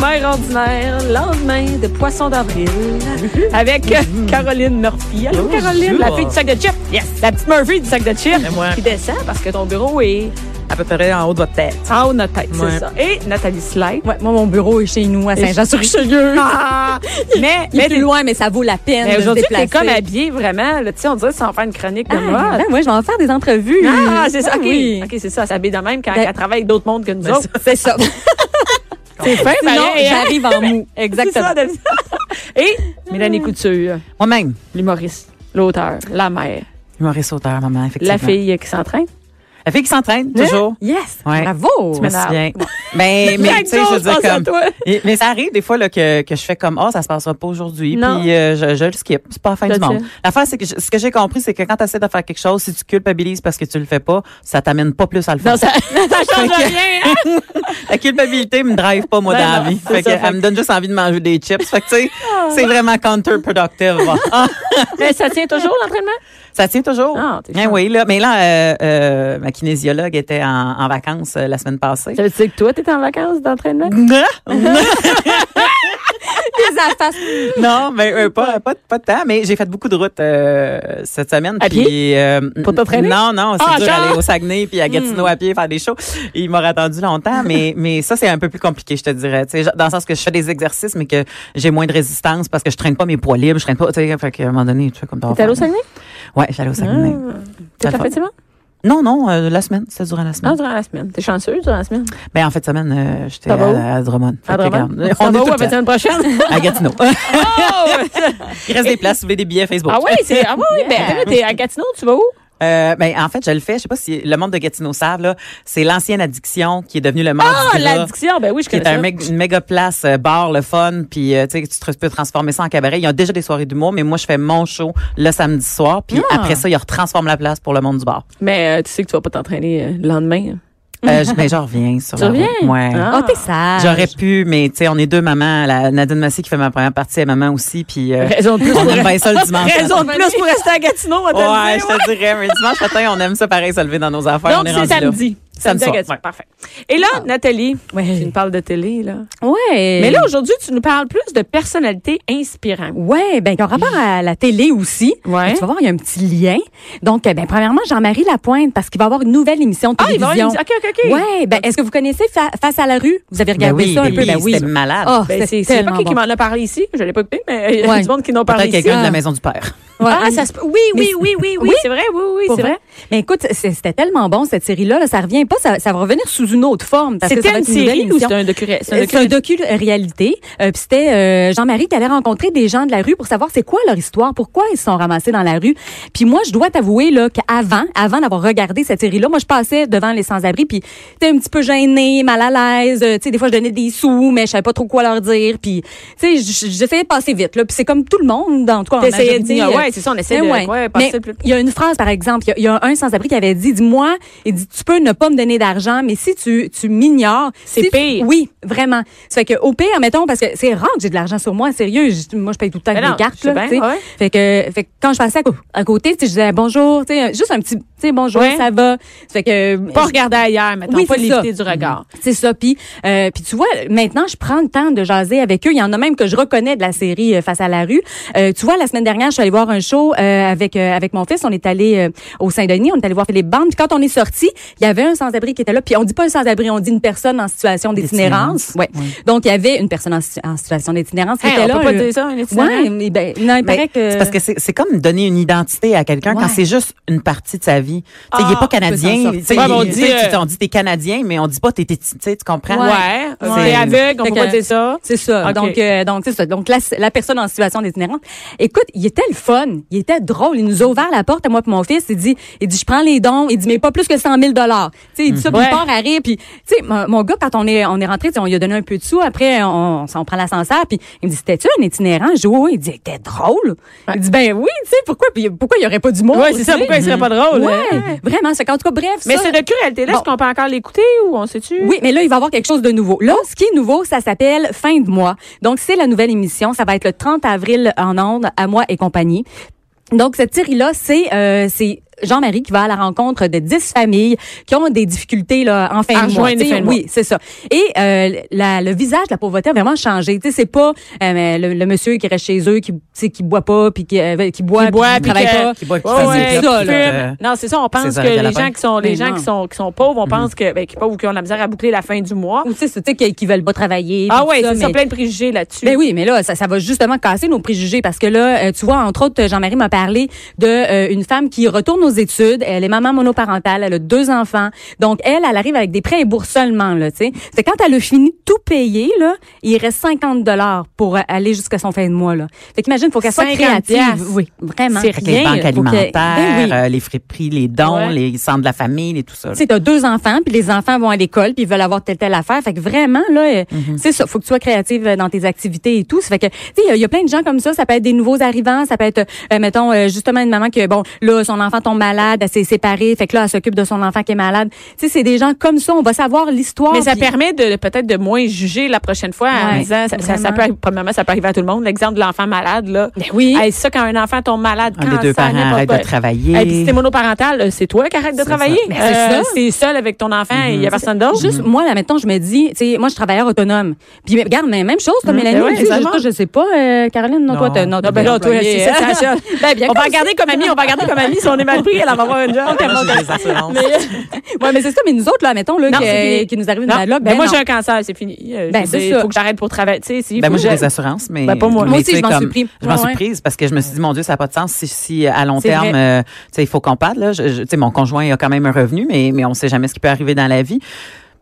Mère ordinaire, lendemain de Poisson d'avril, Mhm. avec euh, Caroline Murphy. Allô, Bonjour. Caroline, la fille du sac de chips. Yes. La petite Murphy du sac de chips. C'est moi. Qui descend parce que ton bureau est À peu près en haut de votre tête. en haut de notre tête, c'est Ouais. ça. Et Nathalie Slide. Ouais, moi, mon bureau est chez nous, à Saint-Jean-sur-Richelieu. Ah! mais Ah, Il est mais plus t'es- loin, mais ça vaut la peine mais de se aujourd'hui, t'es déplacer. comme habillée vraiment. là, Tu sais, on dirait sans faire une chronique de Ah, mode. ben ouais, je vais en faire des entrevues. Ah, c'est ça. Ah OK, oui. OK, c'est ça. Ça s'habille de même quand Ben- elle travaille avec d'autres mondes que nous Ben, autres. C'est ça. C'est fin, Sinon, pareil, hein? j'arrive en mou. C'est Exactement. ça, d'habitude. Et Mélanie Couture, Moi-même. l'humoriste, l'auteur, la mère, Humoriste auteur, maman, effectivement. la fille Hein? qui s'entraîne. Eh, La fille qui s'entraîne, toujours. Yes. Ouais. Bravo. Je me m'énerves. souviens. Ben, mais Chaque tu sais, jour, je veux je pense dire à comme. toi. Et- mais ça arrive des fois là, que, que je fais comme, oh, ça se passera pas aujourd'hui, Non. puis euh, je, je le skip. C'est pas la fin T'as du monde. dit. L'affaire, c'est que je- ce que j'ai compris, c'est que quand tu essaies de faire quelque chose, si tu culpabilises parce que tu le fais pas, ça t'amène pas plus à le faire. Non, ça, ça change rien. hein? La culpabilité me drive pas, moi, Ben dans la non, vie. c'est Fait que, ça, fait Ah. elle me donne juste envie de manger des chips. Fait que, tu sais, c'est vraiment counterproductive. Ah, Mais ça tient toujours l'entraînement? ça tient toujours. Ah, t'es Eh chance. oui, là. Mais là, euh, euh, ma kinésiologue était en, en vacances euh, la semaine passée. Ça veut dire que toi, t'es en vacances d'entraînement? Les affaces. non, mais euh, pas, pas, pas de temps. Mais j'ai fait beaucoup de routes euh, cette semaine. À pied? Puis, euh, Pour t'entraîner? Non, non. C'est Ah, dur genre? Hmm. d'aller au Saguenay puis à Gatineau à pied faire des shows. Ils m'auraient attendu longtemps. mais, mais ça, c'est un peu plus compliqué, je te dirais. Tu sais, dans le sens que je fais des exercices, mais que j'ai moins de résistance parce que je traîne pas mes poids libres. Je traîne pas. Tu sais, fait qu'à un moment donné, tu fais comme t'as T'es allé au envie. Saguenay? Ah. Ouais, j'allais au Saguenay. T'es Ça la le fin de semaine? Non, non, euh, la semaine. C'était durant la semaine. Non, durant la semaine. T'es chanceuse durant la semaine? Ben, en fait, semaine, euh, j'étais Ça va où? à, à Drummond. Fait À que, Drummond? regarde, On on va est euh, où tout la le temps semaine prochaine? à Gatineau. Oh! Il reste des places, vous voulez des billets Facebook. Ah oui, c'est. Ah oui, ben, attends, là, t'es à Gatineau, tu vas où? Euh, ben, en fait, je le fais. Je sais pas si le monde de Gatineau savent, là. C'est l'ancienne addiction qui est devenue le monde Ah, du gras, l'addiction. Ben oui, je Qui connais est un ça. mec, une méga place, euh, bar, le fun, puis euh, tu sais, tu te- peux transformer ça en cabaret. Ils ont déjà des soirées d'humour, mais moi, je fais mon show le samedi soir, puis Ah. après ça, ils retransforment la place pour le monde du bar. Mais euh, tu sais que tu vas pas t'entraîner euh, le lendemain. hein. Euh, je, ben, je reviens sur Tu la reviens? route. Ouais. Ah. Oh, t'es sage. J'aurais pu, mais tu sais, on est deux mamans. La, Nadine Massé qui fait ma première partie, elle est maman aussi, puis euh, Raison de plus on pour- aime bien ça le dimanche. hein. Raison de matin. plus pour rester à Gatineau, on te Ouais, le je dit, te dirais, mais dimanche matin, on aime ça pareil, se lever dans nos affaires. ouais. Donc, on est c'est rendu Là. samedi. Samedi à soir, Gatineau. ouais. Parfait. Et là, Nathalie, tu Ouais. nous parles de télé, là. Ouais. Mais là, aujourd'hui, tu nous parles plus de personnalités inspirantes. Ouais, ben en rapport à la télé aussi. Ouais. Tu vas voir, il y a un petit lien. Donc, euh, ben premièrement, Jean-Marie Lapointe, parce qu'il va avoir une nouvelle émission de Ah, il va télévision. y avoir une- OK, OK, OK. Ah. Ouais, ben est-ce que vous connaissez Fa- Face à la rue Vous avez Ben regardé oui, ça un peu Billy, Ben oui. c'était malade. Oh, Ben, c'est c'est c'est pas tellement qui qui bon. m'en a parlé ici. Je l'ai pas écouté, mais il y a Ouais. du monde qui n'en parle Peut-être ici. quelqu'un de Ah. la maison du père. Ah, Ouais. ça se peut- Oui, oui, oui, oui, oui. Oui? C'est vrai, oui, oui, Pour c'est vrai. Mais écoute, c'est- c'était tellement bon cette série-là, là, ça revient pas, ça, ça va revenir sous une autre forme. parce que ça C'était va une être nouvelle série ou émission. Euh, c'était un docu c'est un C'est un docu- docu-réalité. Euh, puis c'était euh, Jean-Marie qui allait rencontrer des gens de la rue pour savoir c'est quoi leur histoire, pourquoi ils se sont ramassés dans la rue. Puis moi, je dois t'avouer là qu'avant, avant d'avoir regardé cette série-là, moi je passais devant les sans-abri puis j'étais un petit peu gênée, mal à l'aise. Euh, tu sais, des fois je donnais des sous, mais je savais pas trop quoi leur dire. Puis tu sais, j- j'essayais de passer vite là. Puis c'est comme tout le monde, en tout cas. en T'essayais de majorité, dire, euh, ouais, c'est ça, on essaie de ben ouais. ouais, Mais passer le plus. il y a une phrase, par exemple, il y a- il y, a un sans-abri qui avait dit, dis-moi, il dit, tu peux ne pas me donner d'argent, mais si tu, tu m'ignores, C'est si tu- pire. oui, vraiment. Ça fait que, au pire, mettons, parce que c'est rare que j'ai de l'argent sur moi, sérieux. je- moi, je paye tout le temps Ben avec non, des cartes, je sais là, bien, tu sais. ouais. Fait que, fait que quand je passais à, cô- à côté, tu sais, je disais bonjour, tu sais, juste un petit, tu sais, bonjour, Ouais. ça va. Ça fait que, Pas regarder ailleurs, maintenant, Oui, pas c'est l'éviter du ça. Mhm. regard. c'est ça. Puis, euh, puis tu vois, maintenant, je prends le temps de jaser avec eux. Il y en a même que je reconnais de la série euh, Face à la rue. Euh, tu vois, la semaine dernière, je suis allée voir un show euh, avec euh, avec mon fils. On est allé euh, au Saint-Denis. On est allé voir Philippe Bande. Puis quand on est sorti, il y avait un sans-abri qui était là. Puis on dit pas un sans-abri, on dit une personne en situation d'itinérance. D'itinérance. Ouais. Donc il y avait une personne en, si- en situation d'itinérance qui Hey, était on là. peut pas euh, dire ça, un itinérant. Ouais, mais ben, non, il Ben, paraît que C'est parce que c'est c'est comme donner une identité à quelqu'un quand Ouais. c'est juste une partie de sa vie. Tu sais, il Ah, n'est pas peut s'en canadien. sortir. tu sais, Ouais, il- mais on tu dit, sais, tu- euh, on dit t'es canadien, mais on dit pas t'es, t'es- tu sais, tu comprends? Ouais. On C'est- est aveugle, on Fait peut que- pas dire ça. C'est ça. Ok. Donc, euh, donc c'est ça. Donc, la, la personne en situation d'itinérance. Écoute, il était le fun. Il était drôle. Il nous a ouvert la porte à moi et mon fils. Il dit, il dit, je prends les dons. Il dit, mais pas plus que 100 000 dollars. Tu sais, il dit ça, puis Mm. Ouais. il part à rire. Puis, tu sais, mon, mon gars, quand on est, on est rentré, tu sais, on lui a donné un peu de sous. Après, on, on, s'en prend l'ascenseur. Puis, il me dit, c'était-tu un itinérant? Je dis, oui. Il dit, il était drôle. Il dit, ben oui, tu sais, pourquoi, puis pourquoi il y aurait pas d'humour? Ouais, c'est ça, tu sais? pourquoi il serait pas drôle? Oh, mm-hmm. Ouais, hein? vraiment. C'est qu'en tout cas, bref. Mais ça- ce docu-réalité-là, est-ce Bon. qu'on peut encore l'écouter ou on sait-tu? oui, mais là, il va y avoir quelque chose de nouveau. Là, ce qui est nouveau, ça s'appelle Fin de mois. Donc, c'est la nouvelle émission. Ça va être le 30 avril en ondes, à moi et compagnie. Donc, cette série-là, c'est euh, c'est Jean-Marie qui va à la rencontre de 10 familles qui ont des difficultés là, en fin À de mois. rejoindre les Tu sais, fins de mois. oui, c'est ça. Et euh, la- le visage de la pauvreté a vraiment changé. Tu sais, c'est pas euh, le, le monsieur qui reste chez eux, qui, tu sais, qui boit pas, puis qui, euh, qui boit, Qui boit, puis qui puis travaille que- pas. Qui boit, qui Ouais, fasse ouais, des euh, qui clopes, ça, qui là. fume. fument. non, c'est ça. On pense César que les Galopin. gens qui sont les Mais gens non. Mm-hmm. qui sont qui sont pauvres, on pense que ben, qui pauvres ou qui ont de la misère à boucler la fin du mois. Ou tu sais, c'est- tu sais, qui, qui veulent pas travailler. Ah puis ouais, tout c'est ça, mais- plein de préjugés là-dessus. Ben oui, mais là, ça, ça va justement casser nos préjugés parce que là, euh, tu vois, entre autres, Jean-Marie m'a parlé de euh, une femme qui retourne aux études. Elle est maman monoparentale, elle a deux enfants. Donc, elle, elle arrive avec des prêts et bourses seulement, là, tu sais. C'est quand elle a fini de tout payer, là, il reste 50 dollars pour euh, aller jusqu'à son fin de mois, là. Fait qu'imagine, faut qu'elle soit 50 créative. Oui, vraiment. C'est Fait que les Rien, banques faut que- alimentaires, Ben oui. euh, les friperies, les dons, Ouais. les centres de la famille et tout ça. là. Tu sais, t'as deux enfants, puis les enfants vont à l'école, puis ils veulent avoir telle telle affaire. Fait que vraiment là, euh, Mhm. c'est ça. Faut que tu sois créative euh, dans tes activités et tout. Ça fait que tu sais, il y a- il y, a plein de gens comme ça. Ça peut être des nouveaux arrivants, ça peut être euh, mettons euh, justement une maman que bon là son enfant tombe malade, elle s'est séparée, fait que là elle s'occupe de son enfant qui est malade. Tu sais, c'est des gens comme ça. On va savoir l'histoire. Mais ça Oh, puis- permet de peut-être de moins juger la prochaine fois en Ouais, disant ça, ça, ça peut arri- premièrement ça peut arriver à tout le monde l'exemple de l'enfant malade là. Ben oui. Hey, ça quand un enfant tombe malade Un des deux cancer, parents n'importe arrête quoi. de travailler. Hey, puis si t'es monoparental, euh, c'est toi qui arrête de C'est travailler. ça. Mais c'est ça. Mm-hmm. c'est seul avec ton enfant, il y a personne d'autre. Juste, moi, là, maintenant, je me dis, tu sais, moi, je suis travailleur autonome. Puis, mais regarde, mais même chose, comme Mhm. Mélanie, Ben ouais, tu sais, je- exactement. je, sais pas, euh, Caroline, non, toi, Non. t'as non, Non, ben là, toi, c'est c'est ça, ça. Ben, bien on va comme regarder comme ami, on va regarder comme ami. Si on est mal pris, elle en va avoir une job. Moi, j'ai des assurances. Ouais, mais c'est ça, mais nous autres, là, mettons, là, Non, que- c'est fini. qui nous arrive une Non, maladie, là, ben ben moi, non. j'ai un cancer, c'est fini. Euh, Ben, je veux c'est dire, ça. faut que j'arrête pour travailler. Tu sais, si, Ben, faut moi, que j'ai je- des assurances, mais. Ben, pas moi. mais Moi aussi, tu sais, je m'en suis comme- pris. Je m'en Ouais, suis ouais. prise parce que je me suis dit, mon Dieu, ça n'a pas de sens si, si à long C'est terme, vrai. euh, tu sais, il faut qu'on parte. Là. Je- je- tu sais, mon conjoint il a quand même un revenu, mais, mais on ne sait jamais ce qui peut arriver dans la vie.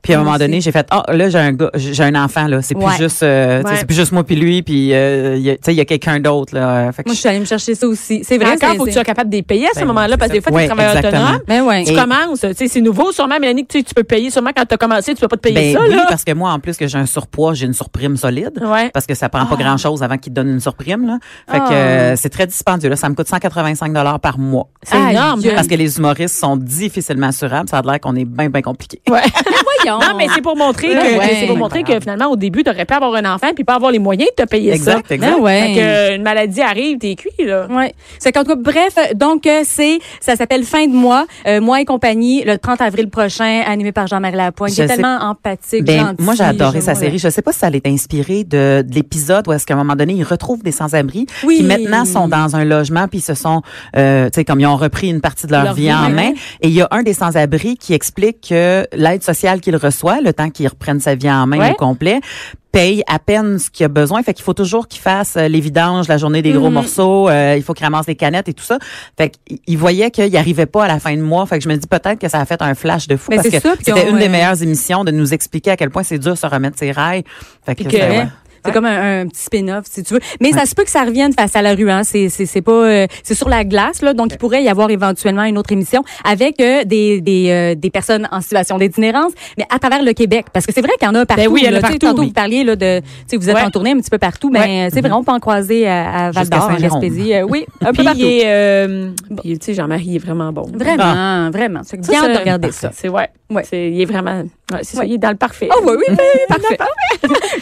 Puis à un Moi moment donné, j'ai fait ah là j'ai un gars, j'ai un enfant là, c'est plus Ouais. juste euh, tu sais, Ouais. c'est plus juste moi puis lui puis euh, il y a- tu sais il y a quelqu'un d'autre là. Fait que Moi, je suis allée me chercher ça aussi. C'est Mais vrai. encore, c'est- faut que tu c'est- sois capable de les payer à ce Ben, moment-là, parce que des fois, Ouais, tu travailles exactement. autonome. Ben ouais. Tu Et- commences, tu sais, c'est nouveau. Sûrement, Mélanie, que tu, sais, tu peux payer. Sûrement, quand tu as commencé, tu peux pas te payer Ben ça, oui, là. parce que moi, en plus que j'ai un surpoids, j'ai une surprime solide. Ouais. Parce que ça prend pas grand-chose avant qu'il te donne une surprime. Là. Fait que Ah. euh, c'est très dispendieux. Là. Ça me coûte 185 par mois. C'est Aïe, énorme. Dieu. Parce que les humoristes sont difficilement assurables. Ça a l'air qu'on est bien, bien compliqué. Ben Voyons. Ah. Non, mais c'est pour montrer que, Ouais. c'est pour montrer que finalement, au début, tu aurais pu avoir un enfant puis pas avoir les moyens de te payer Exact, ça. exact. Ben ouais. Fait que, euh, une maladie arrive, t'es cuit, là. Ouais. C'est qu'en tout cas, bref, euh, donc euh, c'est ça s'appelle Fin de mois, euh, moi et compagnie, le 30 avril prochain, animé par Jean-Marie Lapointe, qui Je est sais- tellement empathique, Ben, gentil, moi, j'ai adoré je- sa série. Je sais pas si ça l'est inspiré de, de l'épisode où est-ce qu'à un moment donné, ils retrouvent des sans-abri Oui. qui maintenant sont dans un logement puis se sont, euh, tu sais, comme ils ont repris une partie de leur, Leur vie, vie, en ouais. main. Et il y a un des sans-abri qui explique que l'aide sociale qu'il reçoit, le temps qu'il reprenne sa vie en main Ouais. au complet, paye à peine ce qu'il a besoin. Fait qu'il faut toujours qu'il fasse euh, les vidanges, la journée des gros Mm-hmm. morceaux, euh, il faut qu'il ramasse les canettes et tout ça. Fait qu'il voyait qu'il arrivait pas à la fin de mois. Fait que je me dis peut-être que ça a fait un flash de fou Ben, parce c'est que ça, puis c'était on, une euh, des meilleures émissions de nous expliquer à quel point c'est dur de se remettre ses rails. Fait que, Puis que- c'est- ouais. Ouais. C'est comme un, un petit spin-off, si tu veux. Mais ça se peut que ça revienne face à la rue. Hein. C'est, c'est, c'est pas, euh, c'est sur la glace, là. Donc, il pourrait y avoir éventuellement une autre émission avec euh, des, des, euh, des personnes en situation d'itinérance, mais à travers le Québec. Parce que c'est vrai qu'il y en a partout. Ben oui, il y en a là. Tu sais, partout, Tantôt, oui. vous parliez là, de, tu sais, vous êtes Ouais. en tournée un petit peu partout, mais Ouais. euh, c'est vrai, on peut en croiser à, à Val Jusqu'à d'Or, en Saint-Jérôme. Gaspésie. Euh, oui, un peu Puis, il partout. est, euh, puis, tu sais, Jean-Marie, il est vraiment bon. Vraiment, vraiment. C'est Ah. Ça, bien c'est- de regarder ça. C'est, ouais. Ouais. C'est, il est vraiment, ouais, c'est ça, Ouais. il est dans le parfait. Oh oui, oui, oui, oui, parfait.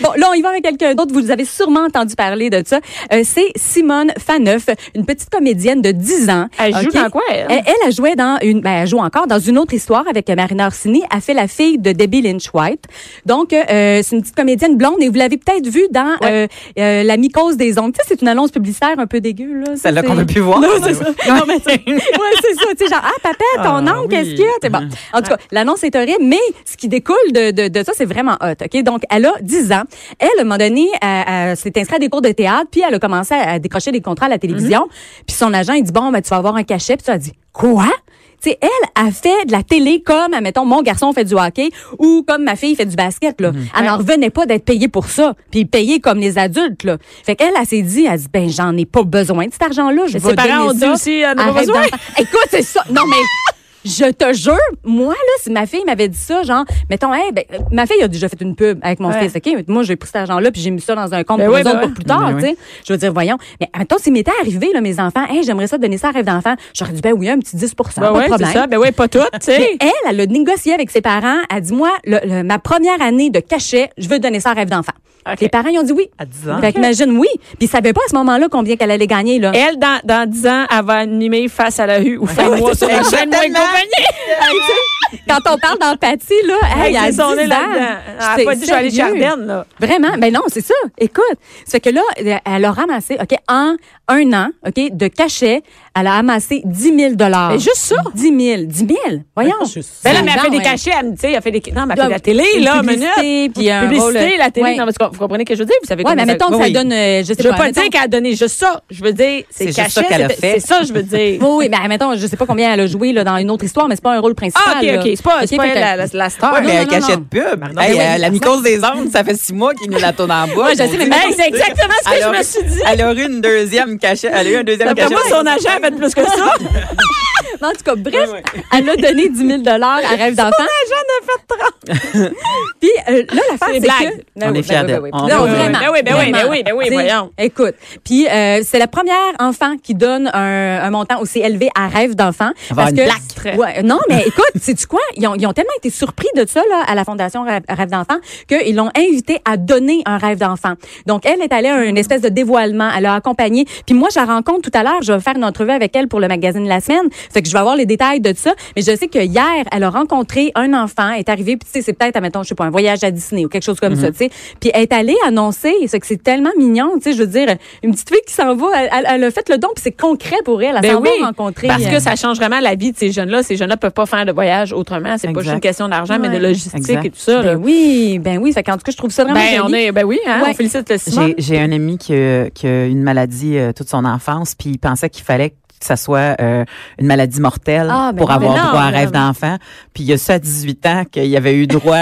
bon, là, on y va avec quelqu'un d'autre. Vous avez sûrement entendu parler de ça. Euh, c'est Simone Faneuf, une petite comédienne de 10 ans. Elle joue OK? dans quoi, elle? Elle, elle jouait dans une, ben, elle joue encore dans une autre histoire avec euh, Marina Orsini. Elle fait la fille de Debbie Lynch White. Donc, euh, c'est une petite comédienne blonde et vous l'avez peut-être vue dans Ouais. euh, euh, La mycose des ongles. Tu sais, c'est une annonce publicitaire un peu dégueu, là. Ça, Celle-là c'est- qu'on a pu voir. non, mais c'est ouais, c'est ça. Tu sais, genre, ah, papa, ton Ah, oncle, oui. qu'est-ce qu'il y a? Tu sais, Bon. En tout cas, l'annonce est horrible, mais ce qui découle de, de, de ça, c'est vraiment hot. OK? Donc, elle a 10 ans. Elle, à un moment donné, elle, elle s'est inscrite à des cours de théâtre, puis elle a commencé à, à décrocher des contrats à la télévision. Mm-hmm. Puis son agent, il dit, bon, ben, tu vas avoir un cachet. Puis tu as dit, quoi? Tu sais, elle a fait de la télé comme, admettons, mon garçon fait du hockey ou comme ma fille fait du basket. Mm-hmm. Là. Elle n'en revenait pas d'être payée pour ça, puis payée comme les adultes. Là. Fait qu'elle, elle s'est dit, elle dit, ben j'en ai pas besoin de cet argent-là. Je Mais vais ses parents donner ont dit Ah, ben ça. aussi, elle n'a pas Arrête besoin. d'en- Écoute, c'est ça. Non, mais. Je te jure, moi là, si ma fille m'avait dit ça, genre, mettons, hey, ben, ma fille a déjà fait une pub avec mon Ouais. fils, ok, mais moi j'ai pris cet argent-là puis j'ai mis ça dans un compte Ben pour oui, eux ben autres oui. pour plus tard, Ben oui. tu sais. Je veux dire, voyons, mais attends, s'il m'était arrivé là, mes enfants, hey, j'aimerais ça donner ça à rêve d'enfant, j'aurais dit ben oui, un petit 10 Ben pas ouais, de c'est problème. ça. Ben ouais, pas toutes, tu sais. Mais elle, elle a négocié avec ses parents. Elle dit, moi, le- le- ma première année de cachet, je veux donner ça à rêve d'enfant. OK. Les parents, ils ont dit oui. À 10 ans. Fait qu'imagine, oui. Puis ils savaient pas à ce moment-là combien qu'elle allait gagner, là. Elle, dans, dans 10 ans, elle va animer face à la rue ou fin de mois sur la chaîne Moi et Exactement. compagnie. Hey, Ah, tu sais, Quand on parle d'empathie, là, hey, Hey, il y a c'est 10 ça, ans. on est là-dedans. Elle a pas dit, je vais aller chez sérieux. Ardennes, là. Vraiment? Ben non, c'est ça. Écoute, ça fait que là, euh, elle a ramassé, OK, en un an, OK, de cachet, elle a amassé 10 000 Mais juste ça? 10 000. 10 000? Voyons. Juste Ben là, mais elle Non, fait des ouais. cachets, elle me dit, elle a fait des. Non, mais elle Doit- fait de la télé, une là, publicité, minute. puis un Publicité, rôle- la télé. Ouais. Non, mais vous vous comprenez ce que je veux dire? Vous savez Ouais, mais comment ça- mettons que ça Oui. donne, euh, je sais Je veux pas, pas mettons- dire qu'elle a donné juste ça. Je veux dire, c'est C'est juste cachet. ça qu'elle a c'est- fait. C'est ça, je veux dire. Oui, oui, ben mettons, je sais pas combien elle a joué là, dans une autre histoire, mais c'est pas un rôle principal. Ah, OK, là. OK. C'est pas, c'est OK, pas fait que- la, la, la star. Ouais, Ah, mais non, elle non, cachait non. de pub. Pardon, Hey, mais euh, oui. la mycose des ongles, ça fait six mois qu'il nous la tourne en bas. Ouais, je sais, mais Hey, c'est exactement ce que je Alors- me suis dit. Elle a eu une deuxième cachette. Elle a eu un deuxième D'après cachet. moi, son agent a fait plus que ça. Son agent Non, En tout cas, bref, elle a donné 10 000 à Rêve d'enfant. a fait 30. Puis euh, là, l'affaire, C'est des c'est blagues. que... Ben On oui, est fiers ben d'elle. oui, ben On- oui. Non, oui, vraiment. Ben oui, ben oui, vraiment. ben oui, ben oui, T'sais, voyons. Écoute, puis euh, c'est la première enfant qui donne un, un montant aussi élevé à rêve d'enfant. Elle va avoir une plaque. Ouais, euh, non, mais écoute, sais-tu quoi? Ils ont, ils ont tellement été surpris de ça là, à la Fondation Rêve Rêve d'enfant qu'ils l'ont invitée à donner un rêve d'enfant. Donc, elle est allée à une espèce de dévoilement. Elle a accompagné. Puis moi, je la rencontre tout à l'heure. Je vais faire une entrevue avec elle pour le magazine La Semaine. Fait que je vais avoir les détails de ça. Mais je sais que hier, elle a rencontré un enfant, est arrivée, puis tu sais, c'est peut-être, mettons, je sais pas, un voyage à Disney ou quelque chose comme ça, tu sais. Puis elle est allée annoncer, c'est que c'est tellement mignon, tu sais, je veux dire, une petite fille qui s'en va, elle, elle- elle a fait le don, puis c'est concret pour elle, elle Ben s'en oui, va rencontrer. Parce que euh, ça change vraiment la vie de ces jeunes-là. Ces jeunes-là peuvent pas faire de voyage autrement. C'est pas Exact. juste une question d'argent, mais de Ouais. logistique Exact. et tout ça. là. Ben oui, ben oui. Fait qu'en tout cas, je trouve ça vraiment Ben, on joli. est, ben oui, hein, on Ouais. félicite le Simon. J'ai, j'ai un ami qui a, qui a une maladie euh, toute son enfance, puis il pensait qu'il fallait que ça soit euh, une maladie mortelle Ah, ben pour non, avoir ben non, droit à un ben rêve non. d'enfant. Puis il y a ça à 18 ans qu'il avait eu droit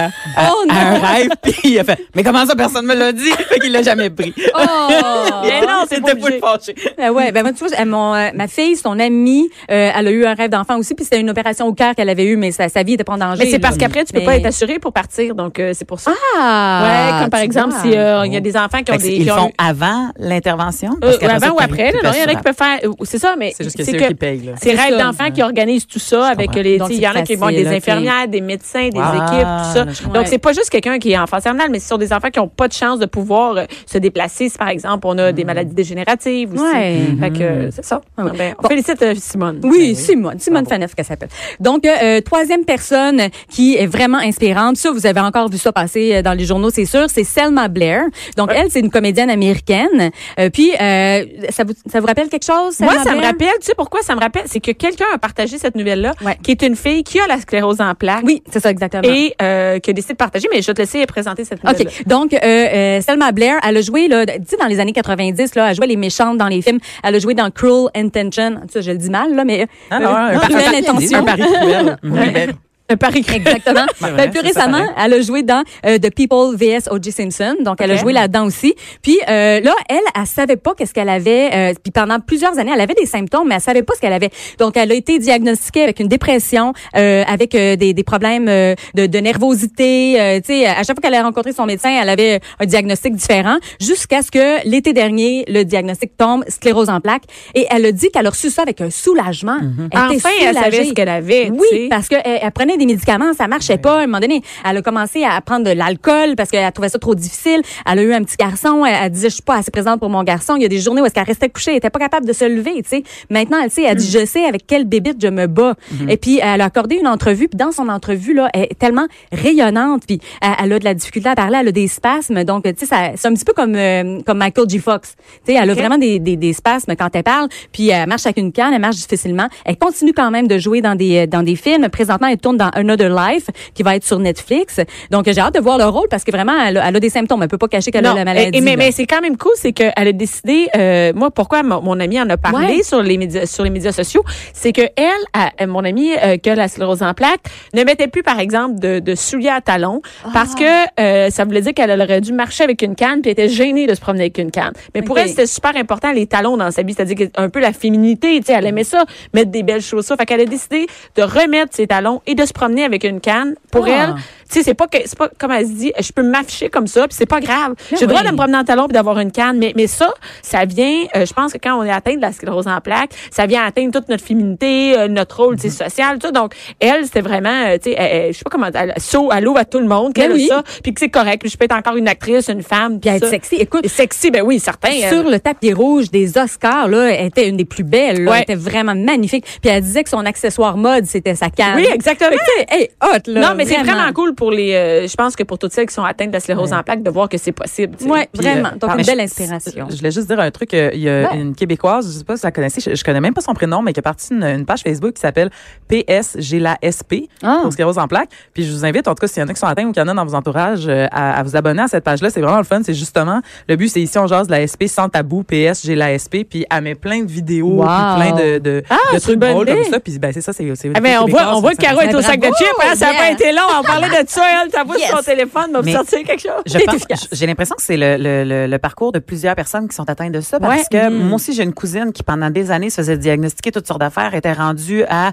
à, Oh, à un non. rêve, puis il a fait « Mais comment ça, personne me l'a dit? » Fait qu'il l'a jamais pris. Oh! Ben non, c'est pas C'était pour le obligé. fâcher. Ben ouais, ben moi, tu vois, elle- mon, euh, ma fille, son amie, euh, elle a eu un rêve d'enfant aussi, puis c'était une opération au cœur qu'elle avait eue, mais sa, sa vie était pas en danger. Mais c'est là. parce qu'après, tu peux Mais- pas être assuré pour partir. Donc, euh, c'est pour ça. Oh. Ah! ouais, comme par tu exemple, euh, vois. s'il y a des enfants qui ont Fait que des. ils qui le ont font eu- avant l'intervention? euh, Parce qu'après ça, avant ou t'as- après, là, t'as non, il y en a qui assurable. peuvent faire. euh, C'est ça, mais C'est juste que c'est eux qui payent. là. C'est C'est rêves ça. d'enfants qui organisent tout ça avec comprends. les. Donc, tu sais, Il c'est y en a qui vont facile, des ok. infirmières, des médecins, des Ah, équipes, tout ça. là, je Donc, comprends. c'est pas juste quelqu'un qui est en phase terminale, mais ce sont des enfants qui n'ont pas de chance de pouvoir euh, se déplacer. Si, par exemple, on a des maladies dégénératives aussi. Mm-hmm. Ouais. Fait que euh, c'est ça. Ah ouais. Ben, on Bon. félicite euh, Simone. Oui, Simone, Simone Faneuf qu'elle s'appelle. Donc, euh, euh, troisième personne qui est vraiment inspirante, ça, vous avez encore vu ça passer euh, dans les journaux, c'est sûr, c'est Selma Blair. Donc, elle, c'est une comédienne américaine. Euh, puis, euh, ça, vous, ça vous rappelle quelque chose, Moi, Selma ça me Blair? rappelle, tu sais pourquoi ça me rappelle? C'est que quelqu'un a partagé cette nouvelle-là, Ouais. qui est une fille qui a la sclérose en plaques Oui, c'est ça, exactement. et euh, qui a décidé de partager, mais je vais te laisser présenter cette nouvelle OK. Donc, euh, euh, Selma Blair, elle a joué, là, d- tu sais, dans les années 90, là, elle jouait les méchantes dans les films. Elle a joué dans Cruel Intention. Tu sais, je le dis mal, là, mais. euh, Ah, non, un Cruel pari- un pari- Intention. un pari cruel. Oui, ben, Un pari cru. Exactement. Ouais, Ben, plus c'est ça, récemment, elle a joué dans euh, The People vs. O.J. Simpson. Donc, elle a Ok. joué là-dedans aussi. Puis euh, là, elle, elle savait pas qu'est-ce qu'elle avait. euh, puis pendant plusieurs années, elle avait des symptômes, mais elle savait pas ce qu'elle avait. Donc, elle a été diagnostiquée avec une dépression, euh, avec euh, des, des problèmes euh, de, de nervosité. euh, tu sais, à chaque fois qu'elle a rencontré son médecin, elle avait un diagnostic différent jusqu'à ce que l'été dernier, le diagnostic tombe, sclérose en plaques. Et elle a dit qu'elle a reçu ça avec un soulagement. Mm-hmm. Elle était Enfin, elle savait soulagée. ce qu'elle avait. Oui, tu sais. parce qu'elle elle prenait des médicaments, ça marchait pas. À un moment donné, elle a commencé à prendre de l'alcool parce qu'elle trouvait ça trop difficile. Elle a eu un petit garçon, elle, elle disait, je suis pas assez présente pour mon garçon. Il y a des journées où est-ce qu'elle restait couchée, elle était pas capable de se lever, tu sais. Maintenant, elle sait, elle Mm. dit, je sais avec quelle bébite je me bats. Et puis, elle a accordé une entrevue, puis dans son entrevue, là, elle est tellement rayonnante, puis elle, elle a de la difficulté à parler, elle a des spasmes. Donc, tu sais, ça- c'est un petit peu comme, euh, comme Michael G. Fox. Tu sais, elle a Ok. vraiment des, des, des spasmes quand elle parle, puis elle marche avec une canne, elle marche difficilement. Elle continue quand même de jouer dans des, euh, dans des films. Présentement, elle tourne dans Another Life, qui va être sur Netflix. Donc, euh, j'ai hâte de voir le rôle parce que vraiment, elle a, elle a des symptômes. Elle peut pas cacher qu'elle a Non, la et- maladie. et mais là. mais c'est quand même cool, c'est qu'elle a décidé. euh, moi, pourquoi mon, mon amie en a parlé Ouais. sur les médias sur les médias sociaux, c'est que elle, a- euh, mon amie euh, que la sclérose en plaques, ne mettait plus par exemple de, de souliers à talons parce Ah. que euh, ça voulait dire qu'elle aurait dû marcher avec une canne puis elle était gênée de se promener avec une canne. Mais pour Ok. elle, c'était super important les talons dans sa vie, c'est-à-dire que Mm. un peu la féminité. Tu sais, elle aimait ça, mettre des belles chaussures. Fait qu'elle a décidé de remettre ses talons et de se promener avec une canne. Pour Ah. elle, tu sais, c'est pas que, c'est pas comme elle se dit, je peux m'afficher comme ça, puis c'est pas grave. J'ai le droit Ben oui. de me promener en talon puis d'avoir une canne, mais mais ça, ça vient, euh, je pense que quand on est atteint de la sclérose en plaques, ça vient atteindre toute notre féminité, euh, notre rôle, tu sais, Mm-hmm. social, tout. Donc elle, c'était vraiment, euh, tu sais, elle- elle- je sais pas comment, elle saut à l'eau à tout le monde, Ben qu'elle a oui. ça, puis que c'est correct, puis je peux être encore une actrice, une femme, puis Puis elle est ça. sexy. Écoute, sexy, ben oui, certain. sur le tapis rouge des Oscars, là, elle était une des plus belles. là. Ouais. Elle était vraiment magnifique. Puis elle disait que son accessoire mode, c'était sa canne. Oui, exactement. Fait que, tu sais, hey, hot, là. non, mais c'est vraiment cool pour les. euh, je pense que pour toutes celles qui sont atteintes de la sclérose en plaques, de voir que c'est possible. tu sais. Ouais, Puis, vraiment. euh, Donc, mais une je- belle inspiration. Je voulais juste dire un truc. euh, Il y a Ouais. une Québécoise, je sais pas si vous la connaissez, je, je connais même pas son prénom, mais qui a parti une, une page Facebook qui s'appelle PS, j'ai la SP, Ah. pour sclérose en plaques. Puis je vous invite, en tout cas, s'il y en a qui sont atteints ou qu'il y en a dans vos entourages, euh, à, à vous abonner à cette page-là. C'est vraiment le fun. C'est justement, le but, c'est ici, on jase de la SP sans tabou, PS, j'ai la SP, puis elle met plein de vidéos, Wow. puis plein de, de, de c'est une trucs bonne drôles comme idée. ça. Puis ben, c'est ça, c'est c'est- Ah, mais on voit, on voit que ça- Caro est au bravo, sac de chips. hein, ça n'a yeah. pas été long. On parlait de ça. Elle, t'as vu Yes. sur son téléphone, m'a Mais- sorti quelque chose. Je pense- j'ai l'impression que c'est le, le- le- le parcours de plusieurs personnes qui sont atteintes de ça parce Ouais. Mm. que moi aussi j'ai une cousine qui pendant des années se faisait diagnostiquer toutes sortes d'affaires était rendue à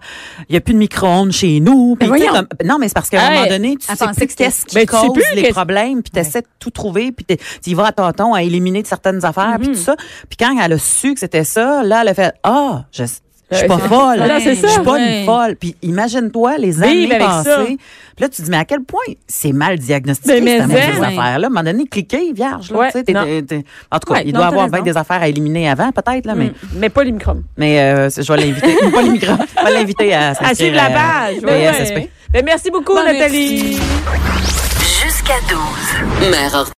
il y a plus de micro-ondes chez nous Puis, Mais tu sais, voyons. comme- non mais c'est parce qu'à un Hey, moment donné tu elle sais pensait plus que c'était- qu'est-ce qui Ben, tu sais cause plus les qu'est-ce- problèmes puis t'essaies de tout trouver puis t'es- tu y vas à tâtons à éliminer de certaines affaires Mm-hmm. puis tout ça puis quand elle a su que c'était ça là elle a fait ah je je suis Ouais, pas c'est- folle. Voilà, c'est Je ça. suis pas Ouais. une folle. Puis imagine-toi les années Vive avec ça. passées. Puis là, tu te dis, mais à quel point c'est mal diagnostiqué, Ben, Mais cette mais affaire-là? hein. affaires là, à un moment donné, cliquer, vierge. Là, Ouais, tu sais, t'es- non. t'es- t'es- en tout cas, Ouais, il non, doit y t'as avoir raison. bien des affaires à éliminer avant, peut-être, là, mais, Mais pas l'imicron. mais euh, je vais l'inviter. pas les micros, je vais l'inviter à s'inscrire, À suivre la euh, page. au ouais, PSSP. ouais. Ben, merci beaucoup, Ben, Nathalie. Jusqu'à 12. Mère ordinaire.